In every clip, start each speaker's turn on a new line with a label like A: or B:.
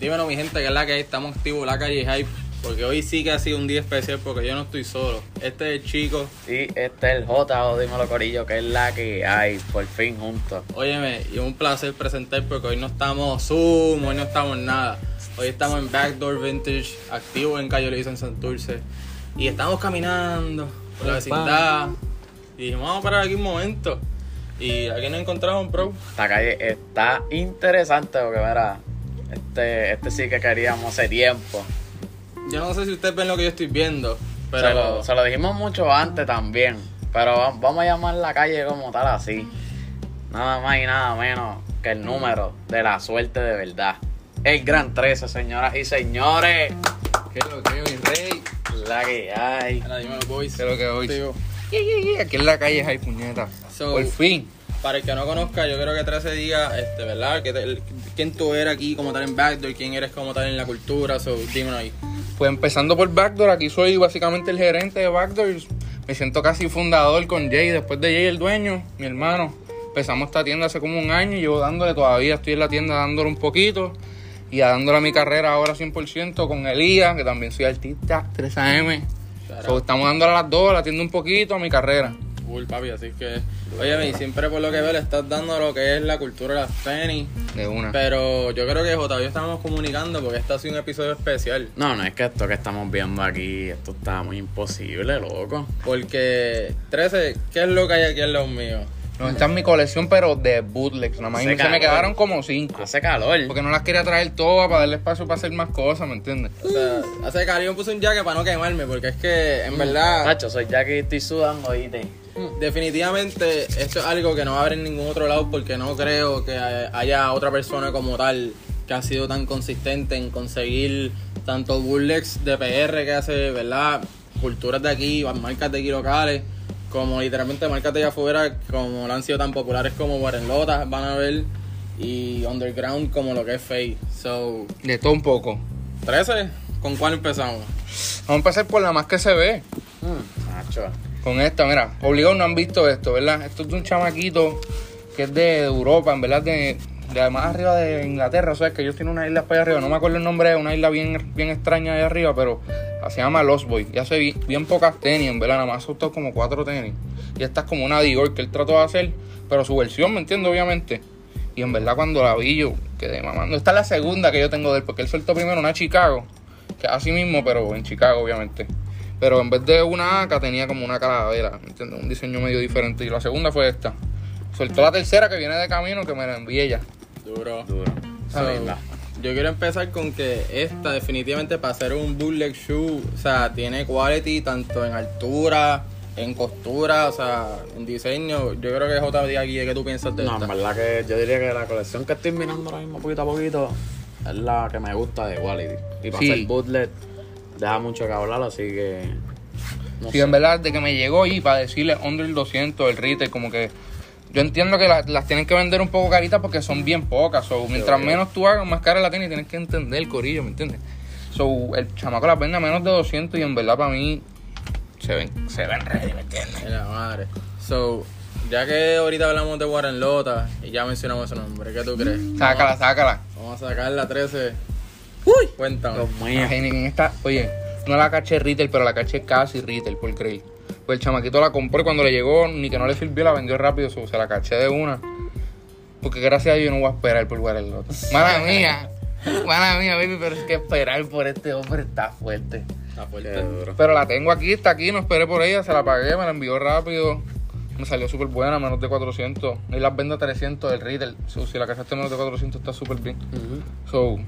A: Dímelo, mi gente, que es la que hay. Estamos activos, la calle Hype. Porque hoy sí que ha sido un día especial porque yo no estoy solo. Este es el chico.
B: Sí, este es el J, o dímelo Corillo, que es la que hay, por fin juntos.
A: Óyeme, y un placer presentar porque hoy no estamos Zoom, hoy no estamos nada. Hoy estamos en Backdoor Vintage, activo en Cayo Liza, en Santurce. Y estamos caminando por la vecindad. Y dijimos, vamos a parar aquí un momento. Y aquí nos encontramos, bro.
B: Esta calle está interesante porque, verá, este, este sí que queríamos hace tiempo.
A: Yo no sé si ustedes ven lo que yo estoy viendo,
B: Se
A: pero
B: lo, se lo dijimos mucho antes también, pero va- vamos a llamar la calle como tal así. Nada más y nada menos que el número de la suerte de verdad. El Gran 13, señoras y señores.
A: ¿Qué es lo que mi rey?
B: La que hay.
A: Ahora dímelo, boys.
C: ¿Qué es lo que hoy?
A: Activo.
C: Yeah, yeah, yeah, Aquí en la calle hay puñeta.
A: So-
C: Por fin.
A: Para el que no conozca, yo creo que 13 días, este, ¿verdad? Que te- el- ¿Quién tú eres aquí como tal en Backdoor? ¿Quién eres como tal en la cultura? So, dímelo ahí.
C: Pues empezando por Backdoor, aquí soy básicamente el gerente de Backdoor. Me siento casi fundador con Jay. Después de Jay, el dueño, mi hermano. Empezamos esta tienda hace como un año y llevo dándole todavía. Estoy en la tienda dándole un poquito y dándole a mi carrera ahora 100% con Elías, que también soy artista 3AM.
A: Shout
C: So,
A: out.
C: estamos dándole a las dos, la tienda un poquito a mi carrera.
A: Cool, papi, así que... Oye, y siempre por lo que veo le estás dando lo que es la cultura de las tenis.
C: De una.
A: Pero yo creo que J, yo estamos comunicando porque este ha sido un episodio especial.
B: No, no es que esto que estamos viendo aquí, esto está muy imposible, loco.
A: Porque 13, ¿qué es lo que hay aquí en los míos?
C: No, esta es mi colección, pero de bootlegs. Nada más y
B: Se
C: me- se me
B: cagó.
C: quedaron como cinco.
B: Hace calor.
C: Porque no las quería traer todas para darle espacio para hacer más cosas, ¿me entiendes?
A: O sea, hace que yo me puse un jaque para no quemarme porque es que, en verdad...
B: Nacho, soy ya que estoy sudando, oíste.
A: Definitivamente esto es algo que no va a haber en ningún otro lado porque no creo que haya otra persona como tal que ha sido tan consistente en conseguir tanto burlex de PR que hace, ¿verdad? Culturas de aquí, marcas de aquí locales, como literalmente marcas de allá afuera, como no han sido tan populares como Warren Lotas, van a ver, y Underground como lo que es Faye. So,
C: De todo un poco.
A: 13, ¿con cuál empezamos?
C: Vamos a empezar por la más que se ve.
B: Mm, Nacho.
C: Con esta, mira, obligado no han visto esto, ¿verdad? Esto es de un chamaquito que es de Europa, en verdad, de, de más arriba de Inglaterra. O sea, es que ellos tienen una isla para allá arriba. No me acuerdo el nombre, es una isla bien, bien extraña allá arriba, pero se llama Lost Boy. Y hace bien, bien pocas tenis, en verdad, nada más soltó como cuatro tenis. Y esta es como una Dior que él trató de hacer, pero su versión, ¿me entiendo? Obviamente. Y en verdad, cuando la vi, yo quedé mamando. Esta es la segunda que yo tengo de él, porque él soltó primero una Chicago, que es así mismo, pero en Chicago, obviamente. Pero en vez de una AK tenía como una calavera, ¿me entiendes? Un diseño medio diferente. Y la segunda fue esta. Soltó la tercera que viene de camino que me la envié ya.
A: Duro.
B: Duro.
A: So, yo quiero empezar con que esta definitivamente para hacer un bootleg shoe, o sea, tiene quality tanto en altura, en costura, o sea, en diseño. Yo creo que J diga aquí qué tú piensas de
B: No, en
A: esta.
B: verdad que yo diría que la colección que estoy mirando ahora mismo poquito a poquito es la que me gusta de Quality. Y para
C: Sí.
B: hacer bootlet deja mucho que hablar, así que. No
C: Sí, en verdad, de que me llegó y para decirle under el 200, el retail, como que yo entiendo que las, las tienen que vender un poco caritas porque son bien pocas. So, mientras menos tú hagas, más cara la tienes y tienes que entender el corillo, ¿me entiendes? So, el chamaco la vende a menos de 200 y en verdad para mí se ven, se ven ready, ¿me entiendes?
A: En la madre. So, ya que ahorita hablamos de Warren Lota y ya mencionamos su nombre, ¿qué tú crees?
C: Sácala, sácala.
A: Vamos a sacar la 13. Uy, cuéntame.
B: Dios mío. este
C: Ay, en esta, oye, no la caché retail, pero la caché casi retail por creer. Pues el chamaquito la compró y cuando le llegó, ni que no le sirvió, la vendió rápido, so, se la caché de una. Porque gracias a Dios yo no voy a esperar por Guarelot. Mala mía, mala mía, baby, pero es que esperar por este hombre está fuerte.
A: Está
B: Qué
A: fuerte.
B: duro.
C: Pero la tengo aquí, está aquí, no esperé por ella, se la pagué, me la envió rápido. Me salió súper buena, menos de 400. Y las vendo a 300 del retail. So, si la cachaste menos de 400, está súper bien. So,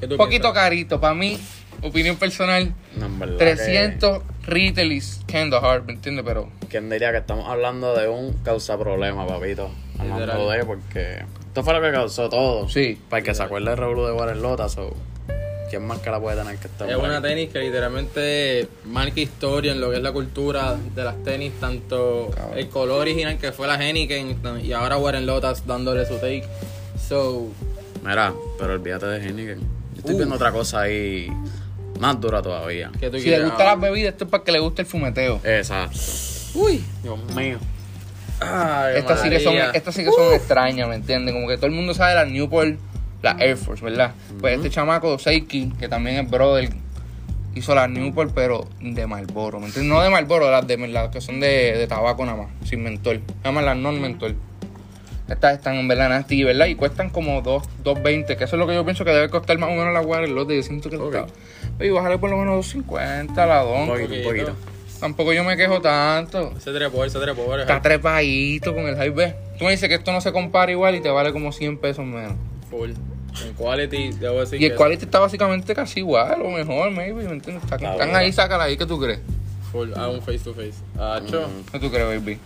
A: ¿Qué tú
C: un poquito
A: piensas?
C: carito, para mí, opinión personal,
B: No, en verdad.
C: 300 retail is kinda hard, ¿me entiendes? Pero
B: que- ¿Quién diría que estamos hablando de un causa problema, papito? Hablando
A: Literal.
B: de porque. Esto fue lo que causó todo.
C: sí.
B: Para el que se acuerde el revolú de Guarelota, so. ¿Quién más que la puede tener que estar?
A: Es
B: por
A: una
B: aquí?
A: tenis que literalmente marca historia en lo que es la cultura de las tenis, tanto
C: Cabrón.
A: el color original que fue la Henneken y ahora Warren Lotas dándole su take. So,
B: Mira, pero olvídate de Heineken. Yo estoy
A: Uh.
B: viendo otra cosa ahí más dura todavía.
A: ¿qué tú
C: Si
A: quieres? Ah,
C: le gustan las bebidas, esto es para que le guste el fumeteo.
B: Exacto.
A: Uy,
B: Dios mío.
A: Ay,
C: Estas sí, que son,
A: María.
B: Uh.
C: estas sí que son extrañas, ¿me entiendes? Como que todo el mundo sabe las Newport, la Air Force, ¿verdad? Pues este chamaco, Seiki, que también es brother, hizo las Newport, pero de Marlboro, ¿me entiendes? No de Marlboro, las, de, las que son de, de tabaco nada más, sin mentol. Nada más las non-mentol. Estas están en verdad nasty, ¿verdad? Y cuestan como 2, 2.20, que eso es lo que yo pienso que debe costar más o menos la guarda el lote. Yo siento que
B: Ok.
C: está. Oye, bájale por lo menos 2.50 la
B: Un
C: don.
B: poquito, un poquito.
C: Tampoco yo me quejo tanto.
A: Ese trepó, ese trepó. eres-
C: Está trepadito con el high B. Tú me dices que esto no se compara igual y te vale como 100 pesos menos.
A: Full. En quality, debo decir
C: Y el
A: que-
C: quality está básicamente casi igual, o mejor, maybe, ¿me entiendes? Está-
B: Está
C: están
B: Ah, bueno.
C: ahí, sácala ahí, ¿qué tú crees?
A: Full, a un face to face. Ah,
C: Mm.
A: Hacho.
C: ¿Qué tú crees, baby?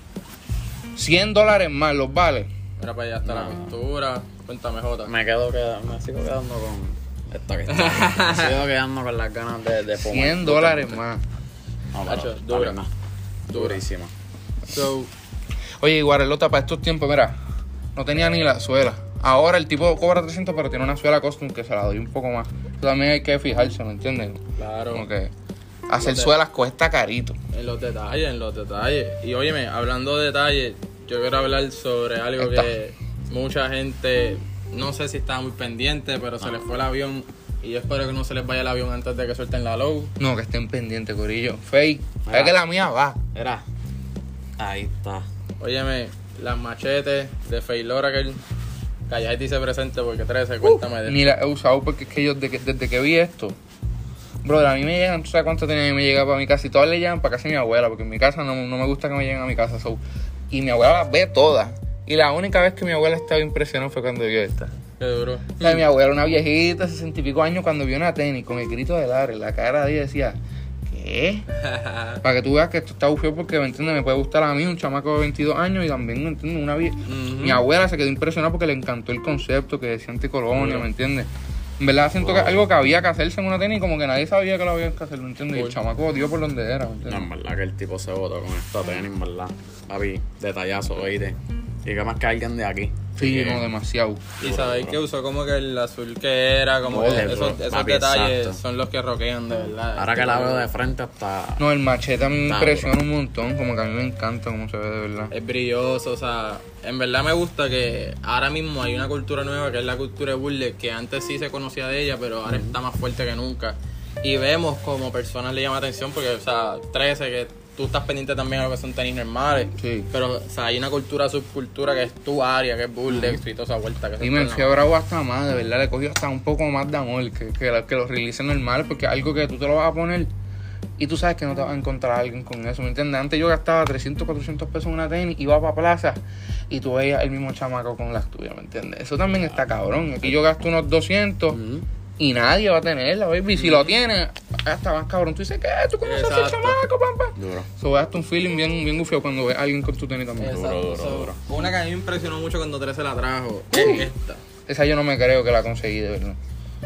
C: 100 dólares más, ¿los vale?
A: Mira para allá hasta la costura. Cuéntame, Jota.
B: Me quedo queda- me sigo quedando con esta que está. me sigo quedando con las ganas de, de fumar.
C: 100 dólares más.
B: No, pero
A: Hacho,
B: está
A: dura.
B: bien, no. Durísima.
A: So,
C: Oye, y Guarelota, para estos tiempos, mira, no tenía ni la suela. Ahora el tipo cobra 300, pero tiene una suela custom que se la doy un poco más. Eso también hay que fijarse, ¿me entiendes?
A: claro.
C: Como que hacer suelas cuesta carito.
A: En los detalles, en los detalles. Y óyeme, hablando de detalles, yo quiero hablar sobre algo
C: Ahí está.
A: que mucha gente, no sé si estaba muy pendiente, pero
B: Ah.
A: se les fue el avión. Y yo espero que no se les vaya el avión antes de que suelten la low.
C: No, que estén pendientes, Corillo. Fake,
B: Mira.
C: es que la mía va.
B: Era. Ahí está.
A: Óyeme, las machetes de Faye Loraker. Callejete dice presente porque 13,
B: Uh,
A: cuéntame de
C: Ni la he usado porque es que yo desde que, desde que vi esto. Brother, a mí me llegan, ¿tú sabes cuánto tenía que me llega para mi casa? Y todas le llegan para casa de mi abuela, porque en mi casa no, no me gusta que me lleguen a mi casa. so. Y mi abuela las ve todas. Y la única vez que mi abuela estaba impresionada fue cuando vio esta.
A: Qué duro.
C: O sea, mi abuela, una viejita, sesenta y pico años, cuando vio una tenis con el grito de Lara en la cara de ella, decía, ¿qué? Para que tú veas que esto está bufeo porque, ¿me entiendes? Me puede gustar a mí, un chamaco de 22 años, y también, ¿me entiendes? Una vie-
A: Ujú.
C: Mi abuela se quedó impresionada porque le encantó el concepto que decía anticolonia, ¿me entiendes? En verdad siento que algo que había que hacerse en una tenis, como que nadie sabía que lo había que hacer, ¿me entiendes? Y el chamaco dio por donde era, ¿me
B: No,
C: entiendes?
B: en verdad que el tipo se votó con esta tenis, en verdad. Papi, detallazo, oíste. Y que más que alguien de aquí. Así
C: Sí,
B: que-
C: no, demasiado.
A: Y sabéis que usó como que el azul que era, como
B: Oye,
A: que
B: bro,
A: esos, esos
B: papi,
A: detalles
B: exacto.
A: son los que roquean de verdad. Este
B: Ahora que la veo de frente hasta.
C: No, el machete a mí me
B: Nah,
C: impresiona un montón, como que a mí me encanta cómo se ve de verdad.
A: Es brilloso, o sea, en verdad me gusta que ahora mismo hay una cultura nueva que es la cultura de Burles, que antes sí se conocía de ella, pero ahora está más fuerte que nunca. Y vemos como personas le llama atención, porque, o sea, 13, que tú estás pendiente también a lo que son tenis normales.
C: Sí.
A: Pero, o sea, hay una cultura, subcultura que es tu área, que es Burles y toda esa vuelta que se
C: Y me
A: está
C: fui
A: en
C: a
A: la-
C: Bravo hasta más, de verdad, le cogió hasta un poco más de amor que, que, la- que los releases normales, porque es algo que tú te lo vas a poner y tú sabes que no te vas a encontrar a alguien con eso, ¿me entiendes? Antes yo gastaba 300, 400 pesos en una tenis, iba para plaza y tú veías el mismo chamaco con las tuyas, ¿me entiendes? Eso también está cabrón. Aquí yo gasto unos 200
B: Ujú.
C: y nadie va a tenerla, baby. Y si lo tiene, hasta más cabrón. Tú dices, ¿qué? ¿Tú conoces a ese
A: Exacto.
C: chamaco, papá?
B: Duro.
C: Eso hasta un feeling bien, bien gufiado cuando ves a alguien con tu tenis también.
A: Esa-
B: Duro, duro,
A: so,
B: duro.
A: Una que a mí me impresionó mucho cuando 13 la trajo
C: Uh.
A: es esta.
C: Esa yo no me creo que la conseguí, de verdad.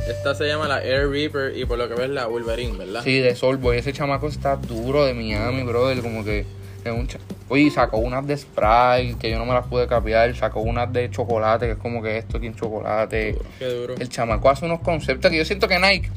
A: Esta se llama la Air Reaper y por lo que ves la Wolverine, ¿verdad?
C: Sí, de Soulboy. Ese chamaco está duro de Miami, brother. Como que es un cha- Oye, sacó unas de Sprite que yo no me las pude capear. Sacó unas de chocolate, que es como que esto tiene chocolate.
A: Qué duro.
C: El chamaco hace unos conceptos que yo siento que Nike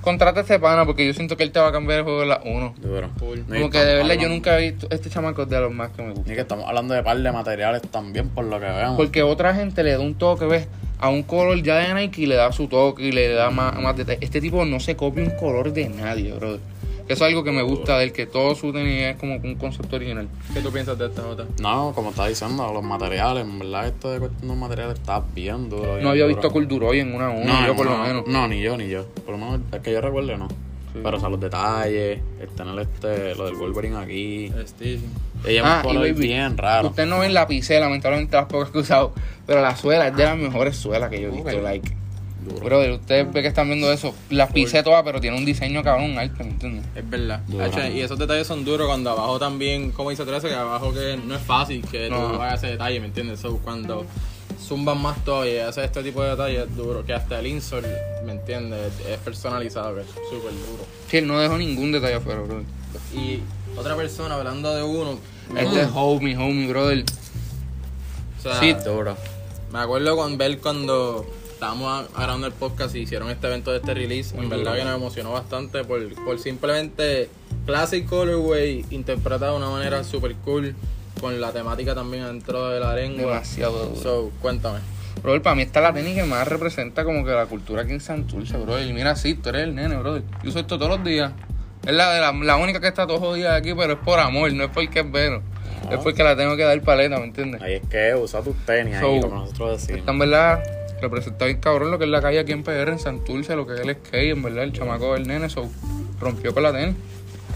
C: contrata a este pana porque yo siento que él te va a cambiar el juego de la 1.
B: Duro.
A: Full.
B: No, y
C: Como que
B: estamos
C: de verdad yo
B: hablando-
C: nunca he visto. Este chamaco es de los más que me gusta.
B: Ni que estamos hablando de par de materiales también, por lo que vemos.
C: Porque otra gente le da un toque, ¿ves? A un color ya de Nike y le da su toque y le da
B: Mm.
C: más, más detalle. Este tipo no se copia un color de nadie, brother. Que Eso es algo que me gusta del que todo su tenis es como un concepto original.
A: ¿Qué tú piensas de esta nota?
B: No, como estaba diciendo, los materiales, en verdad, esto de cuestión de los materiales está bien duro. bien
C: No había
B: duro.
C: visto a Corduroy en una a una, yo por lo menos.
B: No, Mm, ni yo, ni yo. Por lo menos, es que yo recuerdo, no. Pero, o sea, los detalles, el tener este, lo del Wolverine aquí.
A: Steve.
B: Ella es
C: Ah,
B: un
C: y
B: color
C: baby,
B: bien raro.
C: Ustedes no ven la piscela, lamentablemente las pocas que he usado. Pero la suela es de las mejores suelas que yo he visto, like.
B: Duro.
C: Brother, ustedes ven que están viendo eso. Las pisé todas, pero tiene un diseño cabrón alto, ¿me entiendes?
A: Es verdad.
B: Duro.
A: Hacho, y esos detalles son duros cuando abajo también, como dice 13, que abajo que no es fácil que
C: No.
A: tú hagas ese detalle, ¿me entiendes? So, cuando zumban más todavía y haces este tipo de detalles, es duro. Que hasta el insole, ¿me entiendes? Es personalizado, que es súper duro.
C: Sí, él no dejó ningún detalle afuera, brother.
A: Y otra persona, hablando de uno,
B: Mm.
C: Este es homie, homie, brother.
A: o sea,
C: Sí.
B: Ah, Duro.
A: me acuerdo con ver cuando estábamos a- grabando el podcast y hicieron este evento de este release, en verdad que nos emocionó bastante por, por simplemente Classic Colorway interpretado de una manera súper cool, con la temática también dentro de la arenga.
C: Demasiado duro.
A: So, cuéntame.
C: Brother, para mí esta la tenis que más representa como que la cultura aquí en Santurce, brother. Y mira, sí, tú eres el nene, brother. Yo uso esto todos los días. Es la, la, la única que está todos los días aquí, pero es por amor, no es porque es bueno. Es porque la tengo que dar paleta, ¿me entiendes?
B: Ahí es que usa tus tenis, ahí,
C: So,
B: como nosotros decimos.
C: Esta en verdad representa bien cabrón lo que es la calle aquí en PR, en Santurce, lo que es el skate, en verdad, el chamaco del nene, so, rompió con la tenis.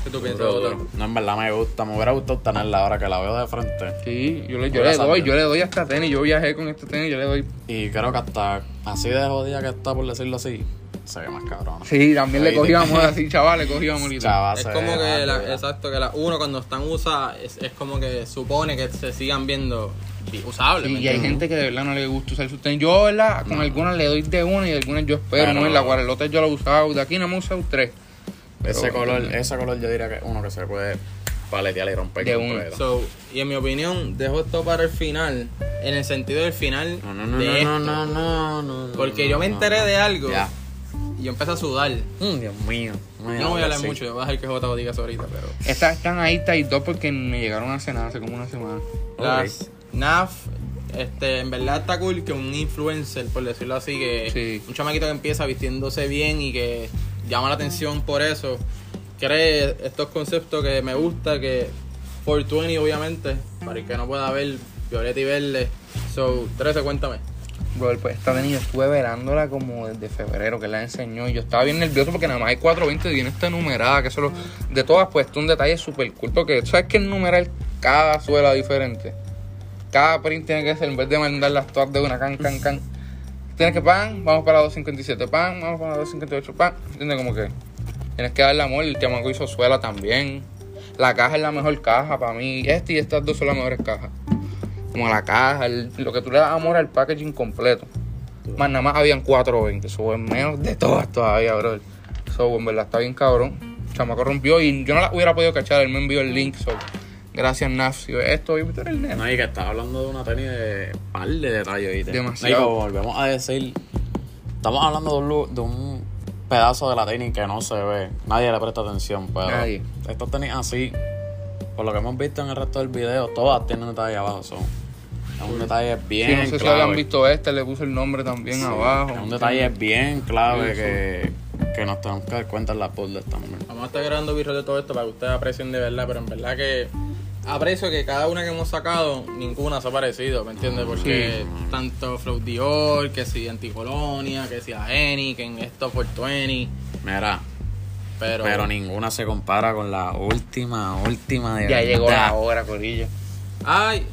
A: ¿Qué tú piensas,
B: Duro,
A: otro?
B: duro. No, en verdad me gusta. Me hubiera gustado tenerla ahora que la veo de frente.
C: Sí, yo le, yo
B: Ahora
C: le
B: sabe.
C: doy, yo le doy a esta tenis, yo viajé con este tenis, yo le doy.
B: Y creo que hasta así de jodida que está, por decirlo así, se ve más cabrona.
C: Sí, también le
B: Oíste.
C: cogí amor así, chaval, le cogí amor y tal.
B: Chava,
A: Es
B: se
A: como
B: ve
A: que,
B: más
A: la-
B: dura.
A: exacto, que la uno cuando están usa es, es como que supone que se sigan viendo vi- usables.
C: Sí,
A: ¿me
C: y hay
A: entiendes?
C: gente que de verdad no le gusta usar sus tenis. Yo, ¿verdad? Con algunas le doy de una y algunas yo espero.
B: Claro.
C: ¿no? En la guarelota yo la he usado. De aquí no me he usado tres.
B: Ese
C: Pero-
B: color, ese color yo diría que es uno que se puede paletear y romper
C: De
B: completo.
A: So, y en mi opinión, dejo esto para el final, en el sentido del final
B: No, no, no,
A: de
B: no,
A: esto.
B: no, no, no, no, no,
A: Porque
B: no,
A: yo me
B: no,
A: enteré
B: no.
A: de algo
B: Ya.
A: y yo empecé a sudar.
B: Mm, Dios mío.
A: Yo no voy a hablar mucho, yo voy a dejar que Jota lo diga eso ahorita, pero...
C: Estas están ahí, estas y dos, porque me llegaron hace nada, hace como una semana.
B: Ok.
A: Las NAF, este, en verdad está cool que un influencer, por decirlo así, que
C: Sí.
A: un chamaquito que empieza vistiéndose bien y que llama la atención por eso, cree estos conceptos que me gusta, que 420 obviamente, para el que no pueda ver, violeta y verde. So, 13, cuéntame.
C: Brother, pues esta tenis yo estuve verándola como desde febrero que la enseñó y yo estaba bien nervioso porque nada más hay 420 y tiene esta numerada, que solo de todas pues esto es un detalle súper cool porque tú sabes que el numeral cada suela diferente. Cada print tiene que ser, en vez de mandarlas todas de una can, can, can. Tienes que pan, vamos para la 257, pan, vamos para la 258, pan. ¿Entiendes? Como que tienes que darle amor, el chamaco hizo suela también. La caja es la mejor caja para mí. Esta y estas dos son las mejores cajas como la caja, el- lo que tú le das amor al packaging completo. Más nada más habían 420, eso es menos de todas todavía, bro. Eso en verdad está bien cabrón. Chamaco rompió y yo no la hubiera podido cachar, él me envió el link, so. Gracias, Naf. Si ves esto, oye, tú eres el nene.
B: No, y que estás hablando de una tenis de par de detalles, ¿viste?
C: Demasiado.
B: No, y como volvemos a decir, estamos hablando de un, lu- de un pedazo de la tenis que no se ve. Nadie le presta atención, pero
C: Nadie.
B: estas tenis así, por lo que hemos visto en el resto del video, todas tienen detalle abajo. Son. Es un detalle bien
C: Sí, no sé si
B: clave.
C: habían visto este, le puse el nombre también
B: Sí,
C: abajo.
B: Es un detalle bien clave que, que nos tenemos que dar cuenta en las puzzles también.
A: Vamos a estar grabando videos de todo esto para que ustedes aprecien de verdad, pero en verdad que aprecio que cada una que hemos sacado, ninguna se ha parecido, ¿me entiendes? Porque tanto Flow Dior, que si Anticolonia, que si Aeni, que en esto 420,
B: Mira,
A: pero...
B: pero, ninguna se compara con la última, última de
C: Ya llegó
B: verdad.
C: la hora, Corillo.
A: Ay,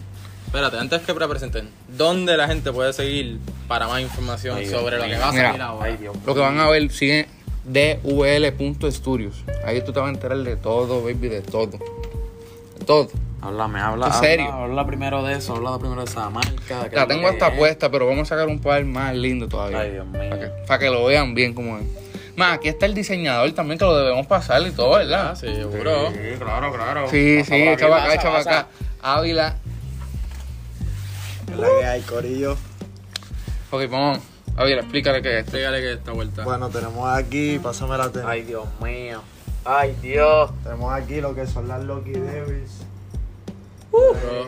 A: espérate, antes que me presenten, ¿dónde la gente puede seguir para más información
B: Ay, Dios
A: sobre lo
B: mío.
A: que va a
C: Mira,
A: salir ahora?
B: Ay, Dios.
C: Lo que van a ver sigue dvl.studios. Ahí tú te vas a enterar de todo, baby, de todo. De todo.
B: Háblame, habla,
C: ¿En
B: habla,
C: serio?
B: habla primero de eso, habla primero de esa marca. de qué
C: La
B: es lo
C: tengo
B: que
C: hasta
B: es.
C: puesta, pero vamos a sacar un par más lindo todavía.
B: Ay, Dios mío.
C: Para que, para que lo vean bien como es. Más, aquí está el diseñador también, que lo debemos pasar y todo, ¿verdad?
A: Ah, seguro.
B: Sí, claro, claro.
C: Sí,
B: Pasa
C: sí,
B: por aquí,
C: echaba acá,
B: pasa,
C: echaba
B: pasa.
C: acá. Ávila.
D: Es la que hay, Corillo.
C: Ok, vamos. Ávila, explícale qué es esto.
A: Explícale que esta vuelta.
D: Bueno, tenemos aquí, pásame la tenis.
B: Ay, Dios mío. Ay, Dios.
D: Tenemos aquí lo que son las Loki Devils.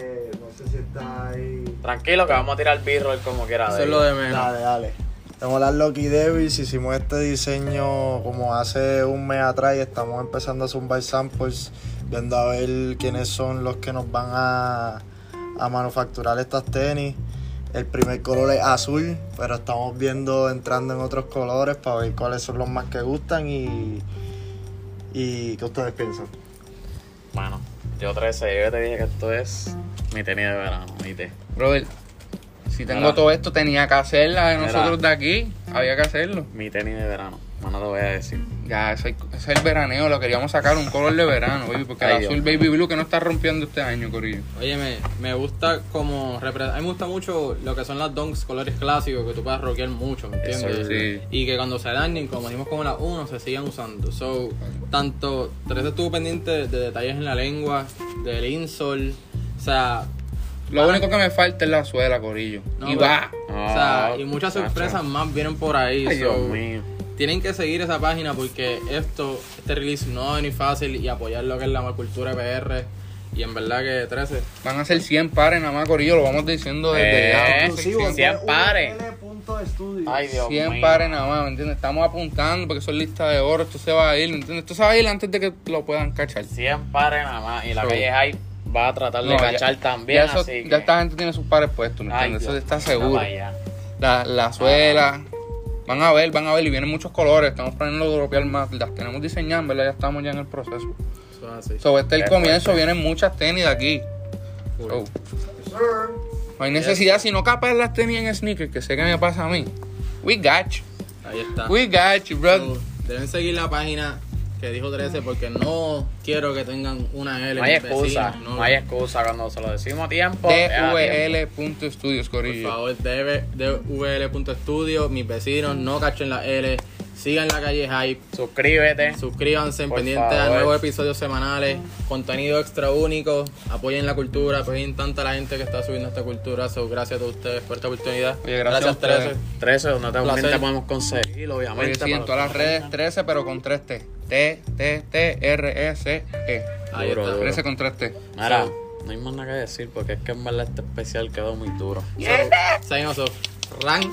D: Eh, no sé si está ahí.
B: Tranquilo que vamos a tirar el b-roll como quiera.
A: Eso
B: de
A: es lo
B: ahí.
A: de menos.
D: Dale, dale. Tenemos las Loki Devils. Hicimos este diseño como hace un mes atrás y estamos empezando a zumbar samples, viendo a ver quiénes son los que nos van a, a manufacturar estas tenis. El primer color es azul, pero estamos viendo entrando en otros colores para ver cuáles son los más que gustan y, y qué ustedes piensan.
B: Mano, yo 13, yo te dije que esto es mi tenis de verano, ¿viste?
C: Brother, si tengo
B: Mira.
C: todo esto, tenía que hacerla de
B: Mira.
C: nosotros de aquí. Había que hacerlo.
B: Mi tenis de verano. Mano, te voy a decir.
C: Ya, ese, ese es el veraneo, lo queríamos sacar un color de verano, baby, porque
B: Ay,
C: el
B: Dios
C: azul baby blue que no está rompiendo este año, Corillo.
A: Oye, me, me gusta como... repre- A mí me gusta mucho lo que son las donks colores clásicos, que tú puedes rockear mucho, ¿me entiendes?
B: Eso,
C: sí.
A: Y que cuando se dañen, como dijimos con la 1, se sigan usando. So, tanto 3 estuvo pendiente de detalles en la lengua, del insol, o sea...
C: Lo único que me falta es la suela, Corillo.
A: no,
C: y va.
A: O sea, y muchas
B: Chacho.
A: sorpresas más vienen por ahí.
B: Ah, Ay, Dios
A: so,
B: mío.
A: Tienen que seguir esa página porque esto, este release no es ni fácil y apoyar lo que es la cultura PR Y en verdad que 13.
C: Van a ser 100 pares nada más, Corillo, lo vamos diciendo desde
B: Eh,
C: ya.
D: Inclusive,
B: sí,
D: en
B: sí,
D: vez de
B: pare.
D: URL.studio.
B: Ay, Dios
C: 100
B: mío.
C: pares nada más, ¿me entiendes? Estamos apuntando porque eso es lista de oro, esto se va a ir, ¿me entiendes? Esto se va a ir antes de que lo puedan cachar.
B: 100 pares nada más. Y la
C: Sí.
B: calle Hype va a tratar de
C: No, ya-
B: cachar también.
C: ya, eso-
B: así
C: ya
B: que-
C: esta gente tiene sus pares puestos, ¿me
B: Ay,
C: entiendes? Eso
B: Dios,
C: está
B: mira
C: seguro.
B: para allá.
C: La,
A: Ah,
C: la suela. Van a ver, van a ver, y vienen muchos colores. Estamos planeando dropear más. Las tenemos diseñadas, en ¿verdad? Ya estamos ya en el proceso.
A: Eso es así.
C: Sobre este el
B: Qué
C: comienzo, vienen muchas tenis de aquí.
B: oh.
C: So, no hay necesidad, si no capaz las tenis en sneakers, que sé que me pasa a mí. We got you.
A: Ahí está.
C: We got you, bro.
A: So, deben seguir la página que dijo 13 porque no quiero que tengan una L.
B: No hay
A: en vecino,
B: excusa.
A: no.
B: No hay excusa cuando se lo decimos a tiempo. es a tiempo.
C: DVL.studios,
A: ah, Por
C: Corillo.
A: favor, dvl.studio, mis vecinos, no cachen la L, sigan la calle Hype,
B: Suscríbete.
A: suscríbanse
B: Por
A: pendientes a
B: favor.
A: nuevos episodios semanales, contenido extra único, apoyen la cultura, apoyen tanta la gente que está subiendo esta cultura, so, gracias a todos ustedes por esta oportunidad.
C: Oye, gracias a ustedes.
A: 13.
B: 13, donde también
A: Placer.
B: te podemos conseguir,
C: Oye,
B: obviamente.
C: sí, en
B: para-
C: todas las redes 13, pero con 3 T. T, T, T, R, E, C, E.
A: Ahí
B: Duro,
A: está.
B: duro.
C: 13 con 3 T.
B: Mira, no hay más nada que decir porque es que en verdad este especial quedó muy duro.
A: Sign us off. Rank.